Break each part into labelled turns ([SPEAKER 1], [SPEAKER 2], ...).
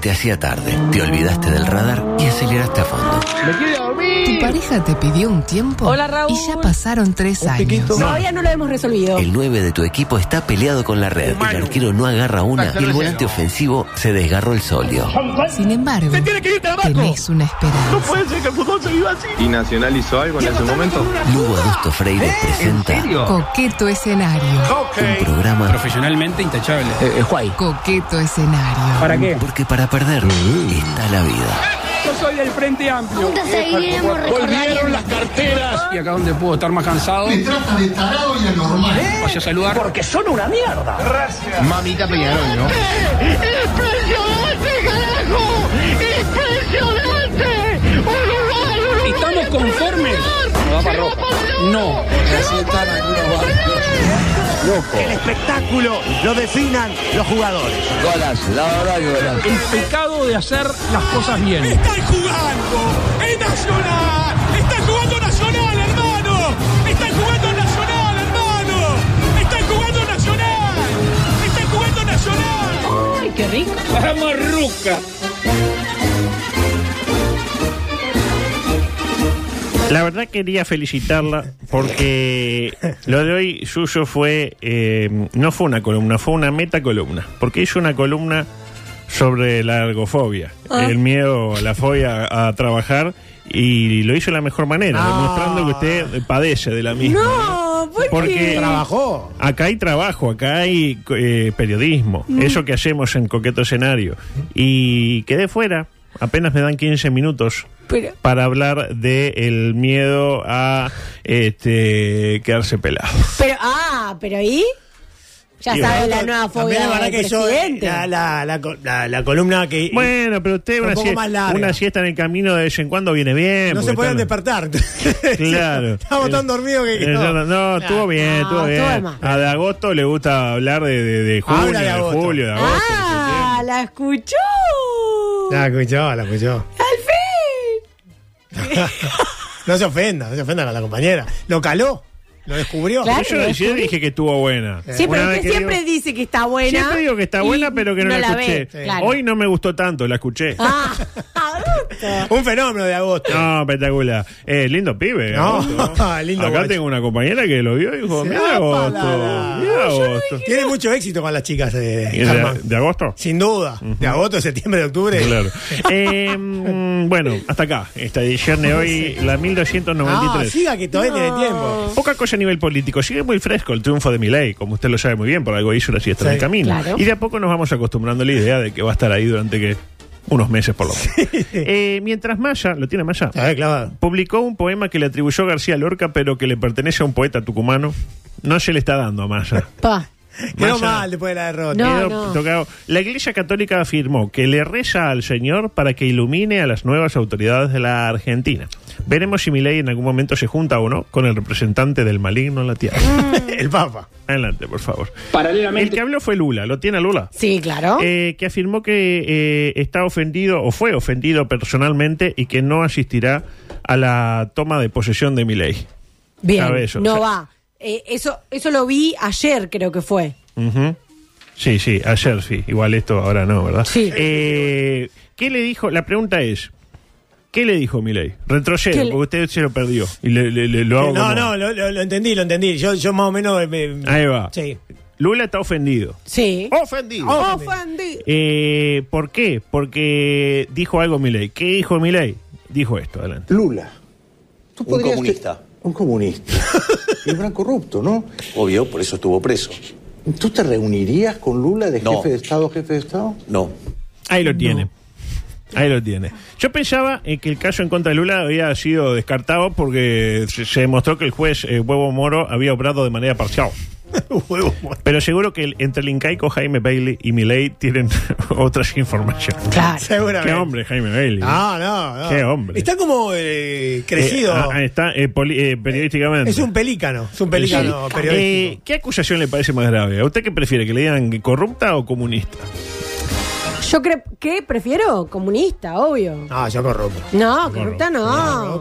[SPEAKER 1] te hacía tarde, te olvidaste del radar y aceleraste a fondo.
[SPEAKER 2] ¡Me quiero
[SPEAKER 3] Tu
[SPEAKER 2] dormir!
[SPEAKER 3] pareja te pidió un tiempo
[SPEAKER 4] Hola, Raúl.
[SPEAKER 3] y ya pasaron tres
[SPEAKER 2] Un
[SPEAKER 3] años.
[SPEAKER 2] piquito.
[SPEAKER 4] Todavía no lo hemos resolvido.
[SPEAKER 1] El 9 de tu equipo está peleado con la red, el arquero no agarra una y el volante ofensivo se desgarró el solio.
[SPEAKER 3] Sin embargo,
[SPEAKER 2] ¡Se tiene que ir Trabaco!
[SPEAKER 3] tenés una
[SPEAKER 2] ¡No
[SPEAKER 3] esperanza.
[SPEAKER 2] puede ser que el fútbol se viva así!
[SPEAKER 5] ¿Y Nacional hizo algo en ese momento?
[SPEAKER 1] Lugo Adusto Freire presenta
[SPEAKER 3] Coqueto escenario.
[SPEAKER 1] un
[SPEAKER 2] Ok.
[SPEAKER 1] programa
[SPEAKER 6] Profesionalmente intachable.
[SPEAKER 7] Eh,
[SPEAKER 3] Coqueto escenario.
[SPEAKER 7] mm.
[SPEAKER 6] ¿Para qué?
[SPEAKER 1] porque para perder está la vida.
[SPEAKER 6] Yo soy del Frente Amplio.
[SPEAKER 8] Juntos seguiremos
[SPEAKER 2] Volvieron
[SPEAKER 8] recordando.
[SPEAKER 2] las carteras.
[SPEAKER 6] Y acá donde puedo estar más cansado,
[SPEAKER 7] trata de tarado y anormal.
[SPEAKER 6] vaya a saludar. Porque
[SPEAKER 2] Mamita Peñarol, ¿no?
[SPEAKER 8] ¡Impresionante, carajo! ¡Impresionante! ¡Uruguay, Uruguay!
[SPEAKER 6] ¿Estamos conformes?
[SPEAKER 8] ¡No va para ropa!
[SPEAKER 6] No.
[SPEAKER 9] espectáculo lo definan los jugadores.
[SPEAKER 6] el pecado de hacer las cosas bien.
[SPEAKER 9] Están jugando en Nacional. Están jugando Nacional, hermano. Están jugando Nacional, hermano. Están jugando Nacional. Están jugando Nacional.
[SPEAKER 4] Ay, qué rico.
[SPEAKER 6] Vamos, Ruca.
[SPEAKER 10] La verdad quería felicitarla porque lo de hoy suyo fue, eh, no fue una columna, fue una metacolumna, porque hizo una columna sobre la ergofobia, el miedo, la fobia a, a trabajar y lo hizo de la mejor manera, demostrando que usted padece de la misma.
[SPEAKER 4] No, ¿por qué?
[SPEAKER 10] Porque trabajó. Acá hay trabajo, acá hay eh, periodismo, eso que hacemos en coqueto escenario. Y quedé fuera, apenas me dan 15 minutos
[SPEAKER 4] Pero-
[SPEAKER 10] para hablar del el miedo a este, quedarse pelado.
[SPEAKER 4] Pero, ah, pero ¿y? Ya
[SPEAKER 10] Y
[SPEAKER 4] sabe
[SPEAKER 10] bueno,
[SPEAKER 4] la nueva fobia del
[SPEAKER 10] eh,
[SPEAKER 4] presidente.
[SPEAKER 9] la, columna que...
[SPEAKER 10] Bueno, pero usted
[SPEAKER 9] Un
[SPEAKER 10] una,
[SPEAKER 9] poco
[SPEAKER 10] sie-
[SPEAKER 9] más larga.
[SPEAKER 10] una siesta en el camino de vez en cuando viene bien.
[SPEAKER 9] no se
[SPEAKER 10] porque
[SPEAKER 9] podían
[SPEAKER 10] están-
[SPEAKER 9] despertar.
[SPEAKER 10] Claro.
[SPEAKER 9] Estábamos tan dormidos que...
[SPEAKER 10] Eh, No, no, no, estuvo bien, estuvo
[SPEAKER 4] estuvo de
[SPEAKER 10] bien.
[SPEAKER 4] más.
[SPEAKER 10] A de agosto le gusta hablar de, de, de junio,
[SPEAKER 9] Habla de
[SPEAKER 10] de,
[SPEAKER 9] agosto.
[SPEAKER 10] julio, de agosto.
[SPEAKER 4] ah, la escuchó.
[SPEAKER 9] La escuchó, la escuchó.
[SPEAKER 4] Al fin.
[SPEAKER 9] No se ofenda, no se ofenda a la compañera. Lo caló, lo descubrió.
[SPEAKER 4] Claro.
[SPEAKER 10] Yo, yo dije que estuvo buena.
[SPEAKER 4] Sí, pero
[SPEAKER 10] Eh, Una vez
[SPEAKER 4] usted
[SPEAKER 10] que
[SPEAKER 4] siempre
[SPEAKER 10] digo-
[SPEAKER 4] dice que está buena.
[SPEAKER 10] Siempre digo que está
[SPEAKER 4] y
[SPEAKER 10] buena, pero que no, la, escuché.
[SPEAKER 4] ve, claro.
[SPEAKER 10] Hoy no me gustó tanto, la escuché.
[SPEAKER 4] Ah, adulto.
[SPEAKER 9] Un fenómeno de agosto.
[SPEAKER 10] No, espectacular. Eh, lindo pibe.
[SPEAKER 9] No,
[SPEAKER 10] Agosto.
[SPEAKER 9] lindo
[SPEAKER 10] Acá
[SPEAKER 9] guacho.
[SPEAKER 10] tengo una compañera que lo vio y dijo,
[SPEAKER 9] Sí.
[SPEAKER 10] mira agosto,
[SPEAKER 9] Apalala.
[SPEAKER 10] mira agosto.
[SPEAKER 9] Tiene mucho éxito con las chicas, eh,
[SPEAKER 10] ¿Y ¿De,
[SPEAKER 9] Germán.
[SPEAKER 10] de agosto?
[SPEAKER 9] Sin duda. De agosto, septiembre, de octubre.
[SPEAKER 10] Claro. Eh, mm, bueno, hasta acá. Esta edición de hoy, la
[SPEAKER 9] Ah,
[SPEAKER 10] 1293.
[SPEAKER 9] siga que todavía tiene tiempo.
[SPEAKER 10] Poca cosa a nivel político. Sigue muy fresco el triunfo de Milei, como usted lo sabe muy bien, por algo hizo una siesta en el
[SPEAKER 9] Sí.
[SPEAKER 10] camino.
[SPEAKER 4] Claro.
[SPEAKER 10] Y de a poco nos vamos acostumbrando a la idea de que va a estar ahí durante que unos meses por lo menos. Eh, mientras Maya, ¿lo tiene Maya?
[SPEAKER 9] A ver, clavado.
[SPEAKER 10] Publicó un poema que le atribuyó García Lorca, pero que le pertenece a un poeta tucumano. No se le está dando a Maya.
[SPEAKER 4] Pa.
[SPEAKER 9] Quedó
[SPEAKER 10] Maya-
[SPEAKER 9] mal después de la derrota.
[SPEAKER 4] No.
[SPEAKER 10] Quedó tocado. La Iglesia Católica afirmó que le reza al Señor para que ilumine a las nuevas autoridades de la Argentina. Veremos si Milei en algún momento se junta o no con el representante del maligno en la tierra.
[SPEAKER 9] El Papa.
[SPEAKER 10] Adelante, por favor. El
[SPEAKER 6] Paralelamente.
[SPEAKER 10] que habló fue Lula, ¿lo tiene a Lula?
[SPEAKER 4] Sí, claro.
[SPEAKER 10] Eh, que afirmó que eh, está ofendido o fue ofendido personalmente y que no asistirá a la toma de posesión de Milei.
[SPEAKER 4] Bien.
[SPEAKER 10] sabe eso,
[SPEAKER 4] no
[SPEAKER 10] sí.
[SPEAKER 4] va. Eh, eso, eso lo vi ayer, creo que fue.
[SPEAKER 10] Ujú. Sí, sí, ayer sí. Igual esto ahora no, ¿verdad?
[SPEAKER 4] Sí.
[SPEAKER 10] Eh, ¿Qué le dijo? La pregunta es, ¿qué le dijo Milei? Retrocede,
[SPEAKER 4] ¿Qué le-
[SPEAKER 10] porque usted se lo perdió. Y le, le- le- lo hago
[SPEAKER 9] No,
[SPEAKER 10] como-
[SPEAKER 9] no, lo, lo- lo entendí, lo entendí. Yo, yo más o menos. eh, me-
[SPEAKER 10] Ahí va.
[SPEAKER 9] Sí.
[SPEAKER 10] Lula está ofendido.
[SPEAKER 4] Sí.
[SPEAKER 10] Ofendido.
[SPEAKER 4] Ofendido.
[SPEAKER 10] Eh, ¿Por qué? Porque dijo algo Milei. ¿Qué dijo Milei? Dijo esto, adelante.
[SPEAKER 7] Lula.
[SPEAKER 5] Un comunista.
[SPEAKER 7] Un comunista. y un gran corrupto, ¿no?
[SPEAKER 5] Obvio, por eso estuvo preso.
[SPEAKER 7] ¿Tú te reunirías con Lula de
[SPEAKER 5] No.
[SPEAKER 7] jefe de Estado a jefe de Estado?
[SPEAKER 5] No.
[SPEAKER 10] Ahí lo tiene. Ahí lo tiene. Yo pensaba eh, que el caso en contra de Lula había sido descartado porque se, se demostró que el juez eh, Huevo Moro había obrado de manera parcial.
[SPEAKER 9] Huevo muerto.
[SPEAKER 10] Pero seguro que el- entre el incaico Jaime Bailey y Milei tienen otras informaciones.
[SPEAKER 4] Claro.
[SPEAKER 9] Seguramente.
[SPEAKER 10] Qué hombre, Jaime Bailey.
[SPEAKER 9] No, no, no.
[SPEAKER 10] Qué hombre.
[SPEAKER 9] Está como eh, crecido.
[SPEAKER 10] Eh, ah, está eh, poli- eh, periodísticamente.
[SPEAKER 9] es un pelícano. Es un pelícano
[SPEAKER 10] Sí. Eh,
[SPEAKER 9] periodístico.
[SPEAKER 10] ¿Qué acusación le parece más grave? ¿A usted qué prefiere? ¿Que le digan corrupta o comunista?
[SPEAKER 4] Yo creo que prefiero comunista, obvio.
[SPEAKER 11] No, yo corrupto.
[SPEAKER 4] No, corrupta no.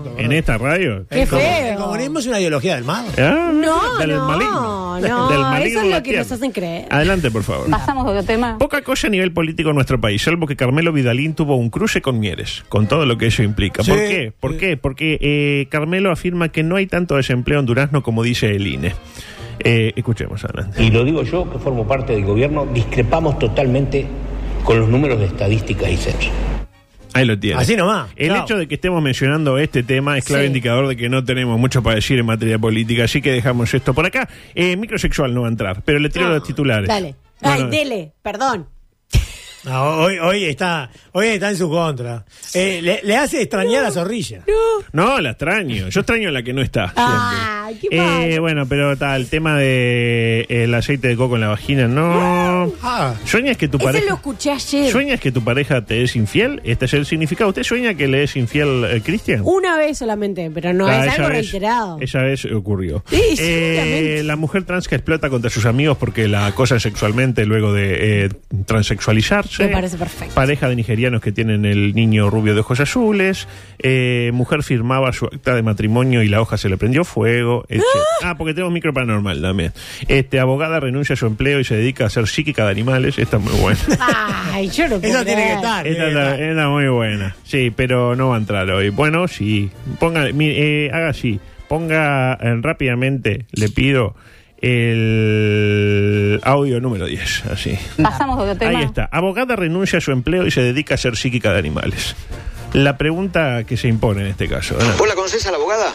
[SPEAKER 11] Corrupto,
[SPEAKER 10] ¿En esta radio?
[SPEAKER 4] Qué
[SPEAKER 11] El comu-
[SPEAKER 4] feo.
[SPEAKER 11] El comunismo es una ideología del mal.
[SPEAKER 10] Ah,
[SPEAKER 4] No,
[SPEAKER 10] del
[SPEAKER 4] no,
[SPEAKER 10] maligno.
[SPEAKER 4] no,
[SPEAKER 10] Del maligno
[SPEAKER 4] eso es lo
[SPEAKER 10] la
[SPEAKER 4] que
[SPEAKER 10] tierra.
[SPEAKER 4] nos hacen creer.
[SPEAKER 10] Adelante, por favor.
[SPEAKER 8] Pasamos a otro tema.
[SPEAKER 10] Poca cosa a nivel político en nuestro país, salvo que Carmelo Vidalín tuvo un cruce con Mieres, con todo lo que eso implica. ¿Por
[SPEAKER 11] Sí,
[SPEAKER 10] qué? ¿Por qué? Porque eh, Carmelo afirma que no hay tanto desempleo en Durazno como dice el INE. Eh, escuchemos adelante.
[SPEAKER 5] Y lo digo yo, que formo parte del gobierno, discrepamos totalmente con los números de estadísticas y censo.
[SPEAKER 10] Ahí lo tiene.
[SPEAKER 11] Así nomás.
[SPEAKER 10] El
[SPEAKER 11] Chao.
[SPEAKER 10] hecho de que estemos mencionando este tema es claro
[SPEAKER 4] Sí.
[SPEAKER 10] indicador de que no tenemos mucho para decir en materia política, así que dejamos esto por acá. Eh, microsexual no va a entrar, pero le tiro
[SPEAKER 4] No,
[SPEAKER 10] los titulares.
[SPEAKER 4] Ah, Dale. Ay,
[SPEAKER 10] Bueno,
[SPEAKER 4] dele, perdón.
[SPEAKER 11] No, hoy, hoy está, hoy está en su contra. Eh, le, le hace extrañar a Zorrilla.
[SPEAKER 10] No, la extraño. Yo extraño la que no está.
[SPEAKER 4] Ah,
[SPEAKER 10] siempre.
[SPEAKER 4] qué mal.
[SPEAKER 10] Eh, bueno, pero tal, el tema de eh, el aceite de coco en la vagina, no.
[SPEAKER 11] Ah,
[SPEAKER 10] ¿Sueñas que tu
[SPEAKER 4] Ese lo
[SPEAKER 10] pareja
[SPEAKER 4] escuché ayer.
[SPEAKER 10] ¿Sueñas que tu pareja te es infiel? Este es el significado. ¿Usted sueña que le es infiel eh, Cristian?
[SPEAKER 4] Una vez solamente, pero no
[SPEAKER 10] Ah,
[SPEAKER 4] es
[SPEAKER 10] esa
[SPEAKER 4] algo
[SPEAKER 10] vez-
[SPEAKER 4] reiterado.
[SPEAKER 10] Esa vez ocurrió. Eh,
[SPEAKER 4] Sí, seguramente.
[SPEAKER 10] la mujer trans que explota contra sus amigos porque la acosan sexualmente luego de eh, transexualizarse.
[SPEAKER 4] Me parece perfecto.
[SPEAKER 10] Pareja de nigerianos que tienen el niño rubio de ojos azules. Eh, mujer firmaba su acta de matrimonio y la hoja se le prendió fuego. etc. Ah, porque tenemos micro paranormal también. Este, abogada renuncia a su empleo y se dedica a ser psíquica de animales. Esta es muy buena.
[SPEAKER 4] Ay, yo no puedo
[SPEAKER 11] esa tiene que
[SPEAKER 4] creer.
[SPEAKER 11] estar. tiene
[SPEAKER 10] Esta
[SPEAKER 11] que
[SPEAKER 10] está,
[SPEAKER 11] estar.
[SPEAKER 10] esta muy buena. Sí, pero no va a entrar hoy. Bueno, sí. Ponga, mire, eh, haga así. Ponga eh, rápidamente, le pido, el audio número 10. Así.
[SPEAKER 8] Pasamos a otro tema.
[SPEAKER 10] Ahí está. Abogada renuncia a su empleo y se dedica a ser psíquica de animales. La pregunta que se impone en este caso. ¿no?
[SPEAKER 5] ¿Vos la conocés a la abogada?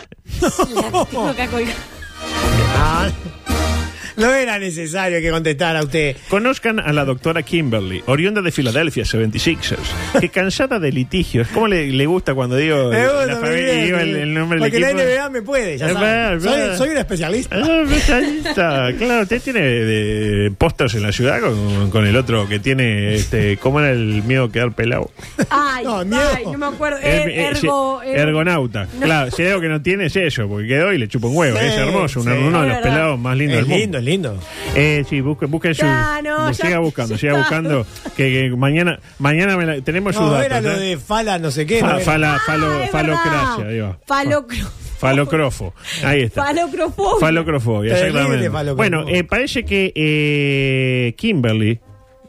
[SPEAKER 4] Tengo que colgar.
[SPEAKER 11] Ah, no era necesario que contestara usted.
[SPEAKER 10] Conozcan a la doctora Kimberly, oriunda de Filadelfia, 76ers, que cansada de litigios. ¿Cómo le, le gusta cuando digo
[SPEAKER 11] Me gusta,
[SPEAKER 10] la
[SPEAKER 11] me
[SPEAKER 10] familia y digo el,
[SPEAKER 11] divierte.
[SPEAKER 10] el nombre del
[SPEAKER 11] Porque la
[SPEAKER 10] equipo?
[SPEAKER 11] NBA me puede, ya
[SPEAKER 10] Es verdad,
[SPEAKER 11] sabe.
[SPEAKER 10] es
[SPEAKER 11] Soy,
[SPEAKER 10] verdad.
[SPEAKER 11] soy un especialista.
[SPEAKER 10] Ah, pues ahí está. claro, usted tiene de, postas en la ciudad con, con el otro que tiene, este, ¿cómo era el miedo a quedar pelado?
[SPEAKER 4] Ay,
[SPEAKER 11] No,
[SPEAKER 4] ay,
[SPEAKER 11] miedo.
[SPEAKER 4] no me acuerdo.
[SPEAKER 10] Em,
[SPEAKER 4] Er-
[SPEAKER 10] eh,
[SPEAKER 4] ergo,
[SPEAKER 10] si-
[SPEAKER 4] er-
[SPEAKER 10] ergonauta.
[SPEAKER 4] No.
[SPEAKER 10] Claro, si algo que no tiene es eso, porque quedó y le chupa un huevo.
[SPEAKER 11] Sí,
[SPEAKER 10] es hermoso, uno,
[SPEAKER 11] sí.
[SPEAKER 10] uno de los
[SPEAKER 4] Es verdad.
[SPEAKER 10] pelados más lindos
[SPEAKER 11] es
[SPEAKER 10] del mundo.
[SPEAKER 11] lindo, es lindo.
[SPEAKER 10] Eh, sí, busquen, busquen su.
[SPEAKER 4] Ya, no,
[SPEAKER 10] siga
[SPEAKER 4] ya-
[SPEAKER 10] buscando,
[SPEAKER 4] ya
[SPEAKER 10] siga
[SPEAKER 4] está.
[SPEAKER 10] buscando. Que, que mañana, mañana me la- tenemos sus
[SPEAKER 11] No,
[SPEAKER 10] datos.
[SPEAKER 11] era lo
[SPEAKER 10] ¿eh?
[SPEAKER 11] de fala, no sé qué. no
[SPEAKER 10] Fa-
[SPEAKER 11] era.
[SPEAKER 10] fala-
[SPEAKER 4] Ah,
[SPEAKER 10] falo-
[SPEAKER 4] es
[SPEAKER 10] falocracia,
[SPEAKER 4] verdad.
[SPEAKER 10] digo.
[SPEAKER 4] Falocro-
[SPEAKER 10] Falocrofo. Ahí está.
[SPEAKER 4] Falocrofobia.
[SPEAKER 10] Falocrofobia,
[SPEAKER 11] Terrible
[SPEAKER 10] exactamente.
[SPEAKER 11] falocrofobia.
[SPEAKER 10] Bueno, eh, parece que eh, Kimberly,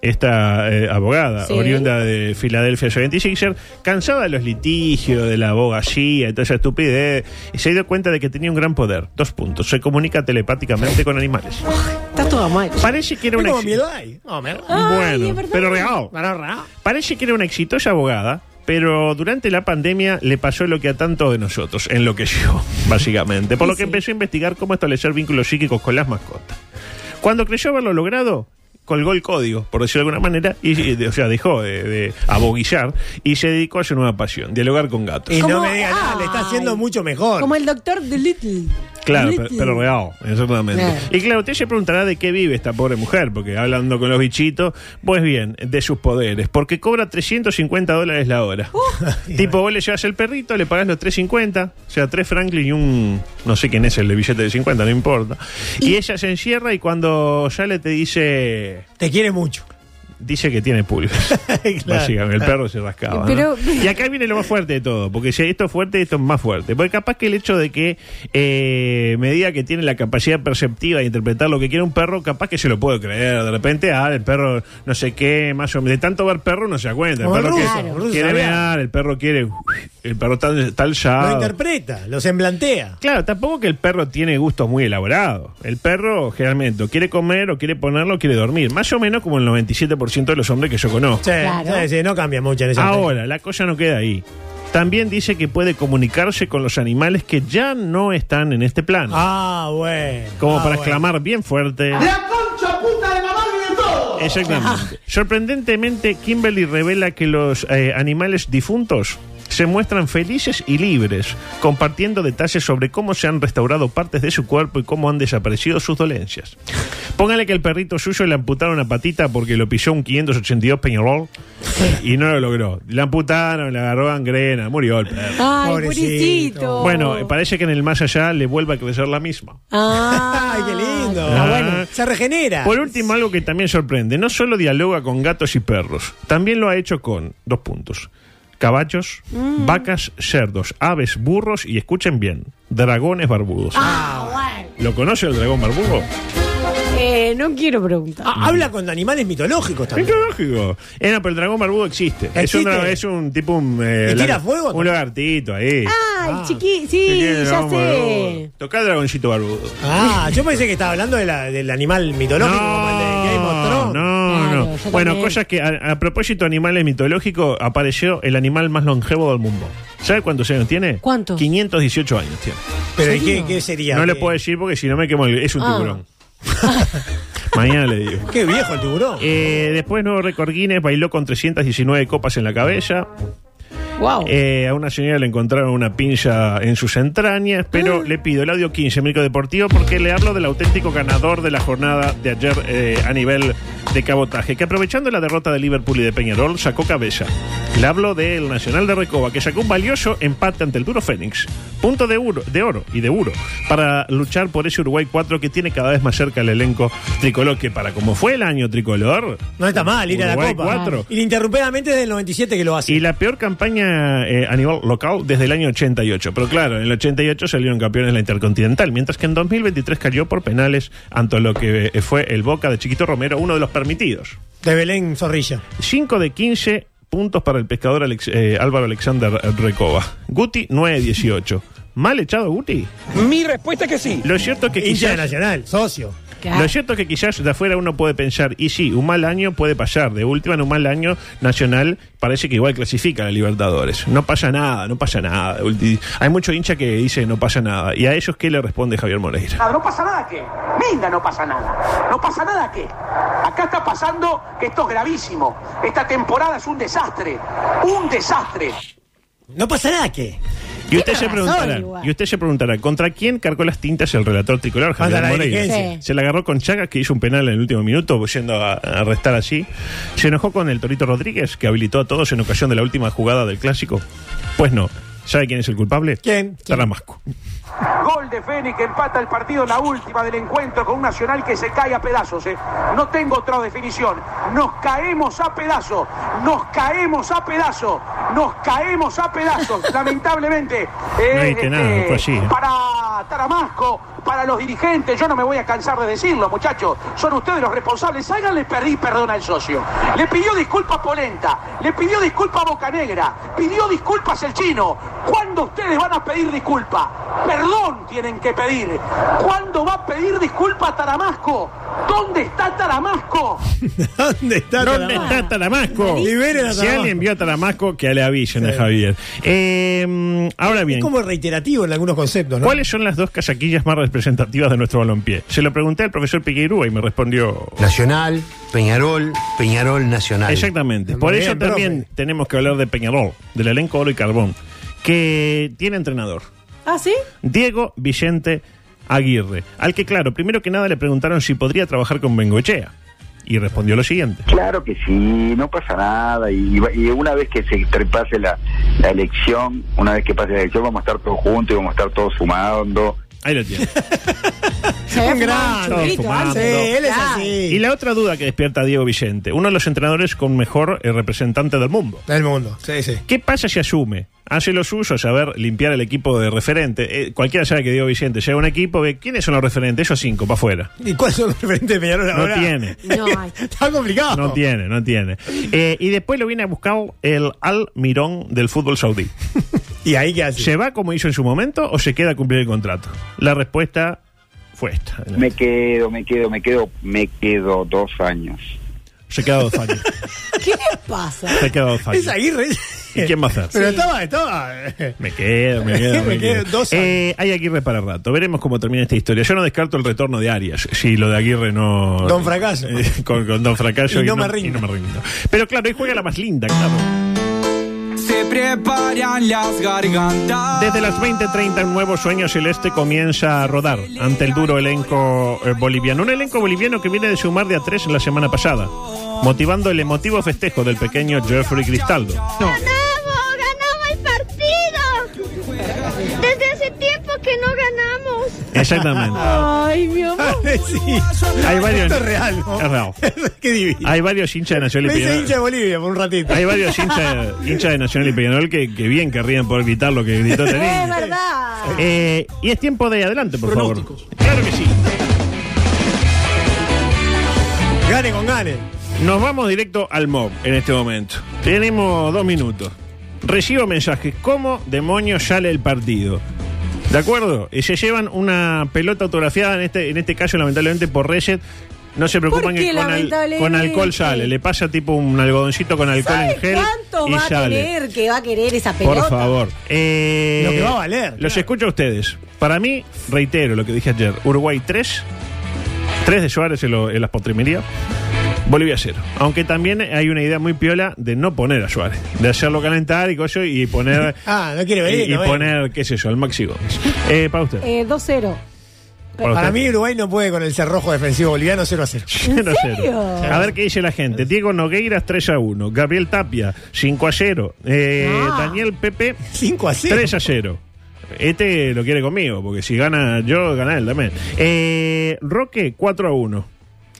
[SPEAKER 10] esta eh, abogada,
[SPEAKER 4] Sí.
[SPEAKER 10] oriunda de Filadelfia 76er, cansada de los litigios, de la abogacía y toda esa estupidez, se dio cuenta de que tenía un gran poder. Dos puntos. Se comunica telepáticamente con animales.
[SPEAKER 4] Está todo mal.
[SPEAKER 10] Parece que era
[SPEAKER 11] ¿Qué
[SPEAKER 10] una.
[SPEAKER 11] como
[SPEAKER 10] ex-
[SPEAKER 11] miedo hay? No, me da.
[SPEAKER 4] Ay, es
[SPEAKER 10] Bueno,
[SPEAKER 4] verdad.
[SPEAKER 10] pero real.
[SPEAKER 11] Bueno, raro.
[SPEAKER 10] Parece que era una exitosa abogada, pero durante la pandemia le pasó lo que a tantos de nosotros, enloqueció, básicamente. Por lo que empezó a investigar cómo establecer vínculos psíquicos con las mascotas. Cuando creyó haberlo logrado, colgó el código, por decirlo de alguna manera, y, y de- o sea, dejó de, de aboguillar y se dedicó a su nueva pasión, dialogar con gatos.
[SPEAKER 11] Y no
[SPEAKER 4] Como-
[SPEAKER 11] me diga nada, le está
[SPEAKER 4] ay.
[SPEAKER 11] haciendo mucho mejor.
[SPEAKER 4] Como el doctor de Little.
[SPEAKER 10] Claro, pero, pero real, exactamente.
[SPEAKER 4] Claro.
[SPEAKER 10] Y claro, usted se preguntará de qué vive esta pobre mujer, porque hablando con los bichitos, pues bien, de sus poderes, porque cobra 350 dólares la hora. tipo, vos le llevas el perrito, le pagás los 350, o sea, tres Franklin y un, no sé quién es el de billete de 50, no importa. Y, ella se encierra y cuando sale te dice,
[SPEAKER 11] Te quiere mucho.
[SPEAKER 10] dice que tiene pulgas. Básicamente, el perro se rascaba.
[SPEAKER 4] Pero-
[SPEAKER 10] ¿no? Y acá viene lo más fuerte de todo, porque si esto es fuerte, esto es más fuerte. Porque capaz que el hecho de que eh, medida que tiene la capacidad perceptiva de interpretar lo que quiere un perro, capaz que se lo puede creer. De repente, ah, el perro no sé qué, más o menos. De tanto ver perro no se da cuenta. El
[SPEAKER 11] Como el
[SPEAKER 10] perro
[SPEAKER 11] ruso,
[SPEAKER 10] quiere-
[SPEAKER 11] el ruso
[SPEAKER 10] quiere
[SPEAKER 11] sabía.
[SPEAKER 10] mear, el perro quiere. El perro está, está
[SPEAKER 11] Lo
[SPEAKER 10] alzado.
[SPEAKER 11] interpreta, lo semblantea.
[SPEAKER 10] Claro, tampoco que el perro tiene gustos muy elaborados. El perro generalmente o quiere comer o quiere ponerlo o quiere dormir. Más o menos como el 97% de los hombres que yo conozco.
[SPEAKER 11] Sí, sí, sí, no cambia mucho en ese
[SPEAKER 10] Ahora, la cosa no queda ahí. También dice que puede comunicarse con los animales que ya no están en este plano.
[SPEAKER 11] Ah, bueno.
[SPEAKER 10] como
[SPEAKER 11] Ah,
[SPEAKER 10] para
[SPEAKER 11] bueno.
[SPEAKER 10] exclamar bien fuerte.
[SPEAKER 2] ¡La concha puta de mamá de todo!
[SPEAKER 11] Ah.
[SPEAKER 10] Exactamente. Sorprendentemente, Kimberly revela que los eh, animales difuntos se muestran felices y libres, compartiendo detalles sobre cómo se han restaurado partes de su cuerpo y cómo han desaparecido sus dolencias. Póngale que al perrito suyo le amputaron una patita porque lo pisó un 582 Peñarol y no lo logró. Le amputaron, le agarró gangrena, murió el perro.
[SPEAKER 4] Ay,
[SPEAKER 11] Pobrecito.
[SPEAKER 4] pobrecito.
[SPEAKER 10] Bueno,
[SPEAKER 11] Oh.
[SPEAKER 10] eh, parece que en el más allá le vuelve a crecer la misma.
[SPEAKER 4] Ah,
[SPEAKER 11] ¡Ay, qué lindo!
[SPEAKER 10] Ah, bueno.
[SPEAKER 11] Se regenera.
[SPEAKER 10] Por último, algo que también sorprende. No solo dialoga con gatos y perros, también lo ha hecho con, dos puntos, caballos, vacas, cerdos, aves, burros y, escuchen bien, dragones barbudos.
[SPEAKER 11] Ah,
[SPEAKER 10] ¿Lo conoce el dragón barbudo?
[SPEAKER 4] Eh, no quiero preguntar.
[SPEAKER 11] Ah, habla con animales mitológicos
[SPEAKER 10] Es
[SPEAKER 11] también.
[SPEAKER 10] lógico. Eh, no, pero el dragón barbudo existe. Es, un,
[SPEAKER 11] ¿Existe?
[SPEAKER 10] dra- es un tipo... Un, eh,
[SPEAKER 11] ¿Y tira
[SPEAKER 10] lag-
[SPEAKER 11] fuego
[SPEAKER 10] Un
[SPEAKER 11] también?
[SPEAKER 10] lagartito ahí.
[SPEAKER 4] Ay,
[SPEAKER 10] Ah,
[SPEAKER 4] chiqui,
[SPEAKER 10] Que
[SPEAKER 4] sí,
[SPEAKER 10] tiene el
[SPEAKER 4] ya
[SPEAKER 10] dragón barbudo.
[SPEAKER 4] sé.
[SPEAKER 10] Tocá el dragoncito barbudo.
[SPEAKER 11] Ah, yo pensé que estaba hablando de la- del animal mitológico como el de Game of Thrones.
[SPEAKER 10] No,
[SPEAKER 4] Claro,
[SPEAKER 10] no.
[SPEAKER 4] yo
[SPEAKER 10] Bueno,
[SPEAKER 4] también.
[SPEAKER 10] cosas que a, a propósito de animales mitológicos, apareció el animal más longevo del mundo. ¿Sabe cuántos años tiene?
[SPEAKER 4] ¿Cuántos?
[SPEAKER 10] 518 años tiene.
[SPEAKER 11] Pero ¿y qué, qué sería?
[SPEAKER 10] No le
[SPEAKER 11] ¿Qué-
[SPEAKER 10] puedo decir porque si no me quemo el... Es un
[SPEAKER 4] Ah.
[SPEAKER 10] tiburón. Mañana le digo.
[SPEAKER 11] Qué viejo el tiburón.
[SPEAKER 10] Eh, después, nuevo récord Guinness, bailó con 319 copas en la cabeza.
[SPEAKER 4] Wow.
[SPEAKER 10] Eh, a una señora le encontraron una pinza en sus entrañas, pero le pido el audio 15, Mico Deportivo, porque le hablo del auténtico ganador de la jornada de ayer eh, a nivel de cabotaje, que aprovechando la derrota de Liverpool y de Peñarol, sacó cabeza. Le hablo del Nacional de Recoba, que sacó un valioso empate ante el duro Fénix. Punto de oro, de oro y de oro para luchar por ese Uruguay 4 que tiene cada vez más cerca el elenco tricolor, que para como fue el año tricolor...
[SPEAKER 11] no está mal ir a la
[SPEAKER 10] Uruguay
[SPEAKER 11] copa.
[SPEAKER 10] cuatro.
[SPEAKER 11] Ininterrumpidamente desde el 97 que lo hace.
[SPEAKER 10] Y la peor campaña eh, a nivel local desde el año 88. Pero claro, en el 88 salieron campeones la Intercontinental, mientras que en 2023 cayó por penales ante lo que eh, fue el Boca de Chiquito Romero, uno de los permitidos.
[SPEAKER 11] De Belén Zorrilla.
[SPEAKER 10] 5 de 15 puntos para el pescador Alex- eh, Álvaro Alexander Recoba. Guti, 9-18. ¿Mal echado Guti?
[SPEAKER 6] Mi respuesta es que sí.
[SPEAKER 10] Lo cierto es que
[SPEAKER 11] Hincha de
[SPEAKER 10] quizás...
[SPEAKER 11] Nacional, socio.
[SPEAKER 10] Lo cierto es que quizás de afuera uno puede pensar, y sí, un mal año puede pasar. De última, en un mal año nacional parece que igual clasifica a la Libertadores. No pasa nada, no pasa nada. De ulti- Hay mucho hincha que dice no pasa nada. ¿Y a ellos qué le responde Javier
[SPEAKER 4] Ah,
[SPEAKER 10] Moreira?
[SPEAKER 9] Ah, No pasa nada que. Venga, no pasa nada. No pasa nada que. Acá está pasando que esto es gravísimo. Esta temporada es un desastre. Un desastre.
[SPEAKER 11] No pasa nada que.
[SPEAKER 10] Y usted se
[SPEAKER 4] razón,
[SPEAKER 10] preguntará,
[SPEAKER 4] igual.
[SPEAKER 10] y usted se preguntará, ¿contra quién cargó las tintas el relator tricolor
[SPEAKER 11] Contra
[SPEAKER 10] Javier
[SPEAKER 11] la
[SPEAKER 10] Moreira?
[SPEAKER 11] dirigencia.
[SPEAKER 4] Sí.
[SPEAKER 10] Se la agarró con Chagas, que hizo un penal en el último minuto, yendo a, a arrestar así. Se enojó con el Torito Rodríguez, que habilitó a todos en ocasión de la última jugada del clásico. Pues no. ¿Sabe quién es el culpable?
[SPEAKER 11] ¿Quién?
[SPEAKER 10] Taramasco.
[SPEAKER 9] Gol de Feni que empata el partido en la última del encuentro con un Nacional que se cae a pedazos. eh. No tengo otra definición. Nos caemos a pedazos. Nos caemos a pedazos. Nos caemos a pedazos. Lamentablemente. eh,
[SPEAKER 10] No viste nada, fue así, eh.
[SPEAKER 9] Para Taramasco, para los dirigentes, yo no me voy a cansar de decirlo, muchachos. Son ustedes los responsables. Háganle pedir perdón al socio. Le pidió disculpas Polenta. Le pidió disculpas Boca Negra. Pidió disculpas el chino. ¿Cuándo ustedes van a pedir disculpas? Perdón tienen que pedir. ¿Cuándo va a pedir disculpas Taramasco? ¿Dónde está Taramasco?
[SPEAKER 11] ¿Dónde está?
[SPEAKER 10] ¿Dónde
[SPEAKER 11] Taramasco?
[SPEAKER 10] está Taramasco?
[SPEAKER 11] Liberen a
[SPEAKER 10] Si
[SPEAKER 11] Taramasco.
[SPEAKER 10] alguien vio a Taramasco, que le avisen a Javier. Eh, mm, ahora bien,
[SPEAKER 11] Es como reiterativo en algunos conceptos, ¿no?
[SPEAKER 10] ¿cuáles son las dos casaquillas más representativas de nuestro balompié? Se lo pregunté al profesor Piqueirúa y me respondió...
[SPEAKER 1] Nacional, Peñarol, Peñarol Nacional.
[SPEAKER 10] Exactamente.
[SPEAKER 11] Muy
[SPEAKER 10] Por
[SPEAKER 11] bien,
[SPEAKER 10] eso también
[SPEAKER 11] profe.
[SPEAKER 10] tenemos que hablar de Peñarol, del elenco Oro y Carbón, que tiene entrenador.
[SPEAKER 4] ¿Ah, sí?
[SPEAKER 10] Diego Vicente Aguirre, al que claro, primero que nada le preguntaron si podría trabajar con Bengoechea. Y respondió lo siguiente.
[SPEAKER 12] Claro que sí, no pasa nada. Y, y una vez que se tre- pase la, la elección, una vez que pase la elección, vamos a estar todos juntos y vamos a estar todos sumando.
[SPEAKER 10] Ahí lo tiene.
[SPEAKER 4] Se había
[SPEAKER 11] Un
[SPEAKER 4] fumado
[SPEAKER 10] gran-
[SPEAKER 4] churrito ah,
[SPEAKER 10] Todo
[SPEAKER 11] Sí,
[SPEAKER 4] antes.
[SPEAKER 11] él es
[SPEAKER 4] Claro.
[SPEAKER 10] Y
[SPEAKER 11] así.
[SPEAKER 10] la otra duda que despierta Diego Vicente, uno de los entrenadores con mejor eh, representante del mundo.
[SPEAKER 11] Del mundo. Sí, sí.
[SPEAKER 10] ¿Qué pasa si asume? Hace lo suyo, a saber, limpiar el equipo de referente. Eh, cualquiera sabe que Diego Vicente llega a un equipo, ve quiénes son los referentes, esos cinco, para afuera.
[SPEAKER 11] ¿Y cuáles son los referentes de Peñarol
[SPEAKER 10] No
[SPEAKER 11] ahora?
[SPEAKER 10] tiene.
[SPEAKER 4] No, ay.
[SPEAKER 11] Está complicado.
[SPEAKER 10] No tiene, no tiene. Eh, y después lo viene a buscar el Al Mirón del fútbol saudí.
[SPEAKER 11] ¿Y ahí qué hace?
[SPEAKER 10] ¿Se va como hizo en su momento o se queda a cumplir el contrato? La respuesta fue esta.
[SPEAKER 12] Me quedo, me quedo, me quedo, me quedo dos años.
[SPEAKER 10] Se queda dos años.
[SPEAKER 4] ¿Qué les pasa?
[SPEAKER 10] Se queda dos años.
[SPEAKER 11] Es Aguirre.
[SPEAKER 10] ¿Y quién va a hacer?
[SPEAKER 11] Pero estaba, estaba.
[SPEAKER 10] Me quedo, me quedo.
[SPEAKER 11] Me quedo dos años.
[SPEAKER 10] Eh, hay Aguirre para rato. Veremos cómo termina esta historia. Yo no descarto el retorno de Arias. Si lo de Aguirre no.
[SPEAKER 11] Don Fracaso.
[SPEAKER 10] Eh, con, con Don Fracaso
[SPEAKER 11] Y
[SPEAKER 10] y,
[SPEAKER 11] no
[SPEAKER 10] no,
[SPEAKER 11] me rindo.
[SPEAKER 10] y no me rindo. Pero claro, ahí juega la más linda, claro.
[SPEAKER 13] se preparan las gargantas.
[SPEAKER 10] Desde las 20:30 un nuevo sueño celeste comienza a rodar ante el duro elenco eh, boliviano. Un elenco boliviano que viene de sumar de a tres la semana pasada, motivando el emotivo festejo del pequeño Jeffrey Cristaldo.
[SPEAKER 8] ¡Ganamos! ¡Ganamos el partido! Desde hace tiempo que no ganamos.
[SPEAKER 10] Exactamente.
[SPEAKER 8] Ay, mi amor.
[SPEAKER 10] Hay varios.
[SPEAKER 11] Esto es real, ¿no?
[SPEAKER 10] Es real.
[SPEAKER 11] Qué divino.
[SPEAKER 10] Hay varios hinchas de Nacional
[SPEAKER 11] Me
[SPEAKER 10] y
[SPEAKER 11] hice
[SPEAKER 10] Peñarol.
[SPEAKER 11] hincha de Bolivia por un ratito.
[SPEAKER 10] Hay varios hinchas hinchas de Nacional y Peñarol que, que bien querrían poder gritar lo que gritó este
[SPEAKER 4] Es
[SPEAKER 10] niño.
[SPEAKER 4] verdad.
[SPEAKER 10] Eh, y es tiempo de adelante, por favor. Claro que sí.
[SPEAKER 11] Gane con gane.
[SPEAKER 10] Nos vamos directo al mob en este momento. Tenemos dos minutos. Recibo mensajes. ¿Cómo demonios sale el partido? ¿De acuerdo? Y se llevan una pelota autografiada, en este, en este caso lamentablemente por Reset. No se preocupan
[SPEAKER 4] ¿Por
[SPEAKER 10] que
[SPEAKER 4] qué,
[SPEAKER 10] con, al-
[SPEAKER 4] lamentablemente?
[SPEAKER 10] con alcohol sale. Le pasa tipo un algodoncito con alcohol en
[SPEAKER 4] ¿Sabes
[SPEAKER 10] gel
[SPEAKER 4] cuánto
[SPEAKER 10] y
[SPEAKER 4] va a
[SPEAKER 10] sale.
[SPEAKER 4] querer que va a querer esa pelota?
[SPEAKER 10] Por favor. Eh,
[SPEAKER 11] Lo que va a valer,
[SPEAKER 10] Los escucho a ustedes. Para mí, reitero lo que dije ayer. Uruguay 3. 3 de Suárez en, lo- en las postrimerías. Bolivia 0. Aunque también hay una idea muy piola de no poner a Suárez. De hacerlo calentar y coso y poner...
[SPEAKER 11] Ah, no quiere venir.
[SPEAKER 10] Y, y
[SPEAKER 11] no venga.
[SPEAKER 10] poner, qué sé yo, al Maxi Gómez. Eh, para usted.
[SPEAKER 4] Eh, 2-0.
[SPEAKER 10] Para,
[SPEAKER 11] Para
[SPEAKER 10] usted.
[SPEAKER 11] mí Uruguay no puede con el cerrojo defensivo boliviano 0 a 0.
[SPEAKER 10] Cero, cero.
[SPEAKER 4] serio?
[SPEAKER 10] A ver qué dice la gente. Diego Nogueiras 3 a 1. Gabriel Tapia 5 a 0. Eh,
[SPEAKER 4] Ah.
[SPEAKER 10] Daniel Pepe
[SPEAKER 11] 5 a 0.
[SPEAKER 10] 3 a 0. Este lo quiere conmigo, porque si gana yo, gana él también. Eh, Roque, 4 a 1.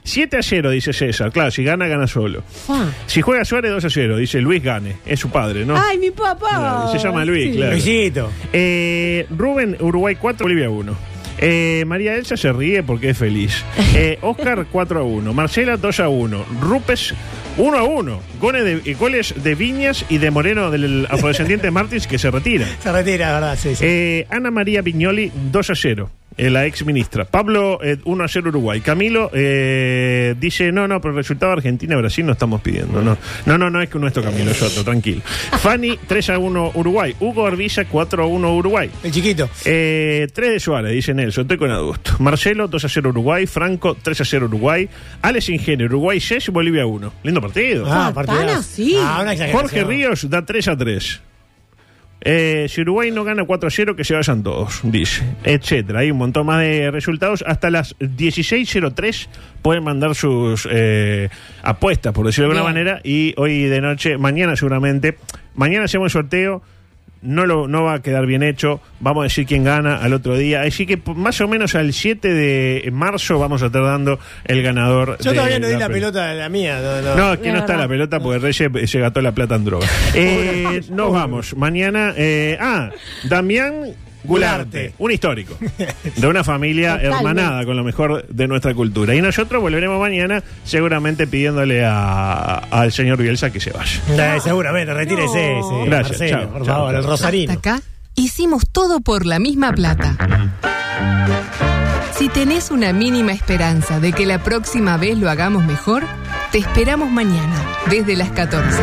[SPEAKER 10] 7 a 0, dice César. Claro, si gana, gana solo.
[SPEAKER 4] Ah.
[SPEAKER 10] Si juega Suárez, 2 a 0. Dice Luis Gane. Es su padre, ¿no?
[SPEAKER 4] Ay, mi papá.
[SPEAKER 10] Se llama Luis,
[SPEAKER 4] Sí.
[SPEAKER 10] claro.
[SPEAKER 11] Luisito.
[SPEAKER 10] Eh, Rubén, Uruguay 4, Bolivia 1. Eh, María Elsa se ríe porque es feliz. Eh, Oscar 4 a 1. Marcela 2 a 1. Rupes 1 a 1. Goles de, eh, goles de Viñas y de Moreno del afrodescendiente Martins que se retira.
[SPEAKER 11] Se retira, ¿verdad? Sí, sí.
[SPEAKER 10] Eh, Ana María Viñoli 2 a 0. eh, la ex ministra. Pablo, eh, 1 a 0 Uruguay. Camilo eh, dice: No, no, pero el resultado Argentina-Brasil no estamos pidiendo. No, no, no, no es que nuestro Camilo, es otro, tranquilo. Fanny, 3 a 1 Uruguay. Hugo Arvilla, 4 a 1 Uruguay.
[SPEAKER 11] El chiquito.
[SPEAKER 10] Eh, 3 de Suárez, dice Nelson, estoy con Augusto. Marcelo, 2 a 0 Uruguay. Franco, 3 a 0 Uruguay. Alex Ingenio, Uruguay 6, Bolivia 1. Lindo partido.
[SPEAKER 11] Ah, partidazo.
[SPEAKER 4] así?
[SPEAKER 11] Ah, una exageración.
[SPEAKER 10] Jorge Ríos da 3 a 3. Eh, si Uruguay no gana 4 a 0, que se vayan todos, dice. Etcétera. Hay un montón más de resultados. Hasta las 16.03 pueden mandar sus eh, apuestas, por decirlo de alguna
[SPEAKER 4] Bien.
[SPEAKER 10] manera. Y hoy de noche, mañana seguramente, mañana hacemos el sorteo. No, lo, no va a quedar bien hecho. Vamos a decir quién gana al otro día. Así que p- más o menos al 7 de marzo vamos a estar dando el ganador.
[SPEAKER 11] Yo
[SPEAKER 10] de
[SPEAKER 11] todavía no di la
[SPEAKER 10] pre-
[SPEAKER 11] pelota de la mía. No, no.
[SPEAKER 10] no, es que
[SPEAKER 4] Es
[SPEAKER 10] no está
[SPEAKER 4] verdad.
[SPEAKER 10] la pelota porque Reyes eh, se gastó la plata en droga. Eh, nos vamos. Mañana. eh, ah, Damián Gularte,
[SPEAKER 11] Gularte.
[SPEAKER 10] un histórico de una familia
[SPEAKER 4] Totalmente.
[SPEAKER 10] hermanada con lo mejor de nuestra cultura. Y nosotros volveremos mañana, seguramente pidiéndole a- al señor Bielsa que se vaya.
[SPEAKER 11] Eh, seguramente, retírese.
[SPEAKER 4] No.
[SPEAKER 11] sí,
[SPEAKER 10] Gracias,
[SPEAKER 11] Marcelo,
[SPEAKER 10] chao,
[SPEAKER 11] por
[SPEAKER 10] chao,
[SPEAKER 11] favor,
[SPEAKER 10] chao.
[SPEAKER 11] el Rosarino.
[SPEAKER 3] Hasta acá hicimos todo por la misma plata. Si tenés una mínima esperanza de que la próxima vez lo hagamos mejor, te esperamos mañana, desde las 14.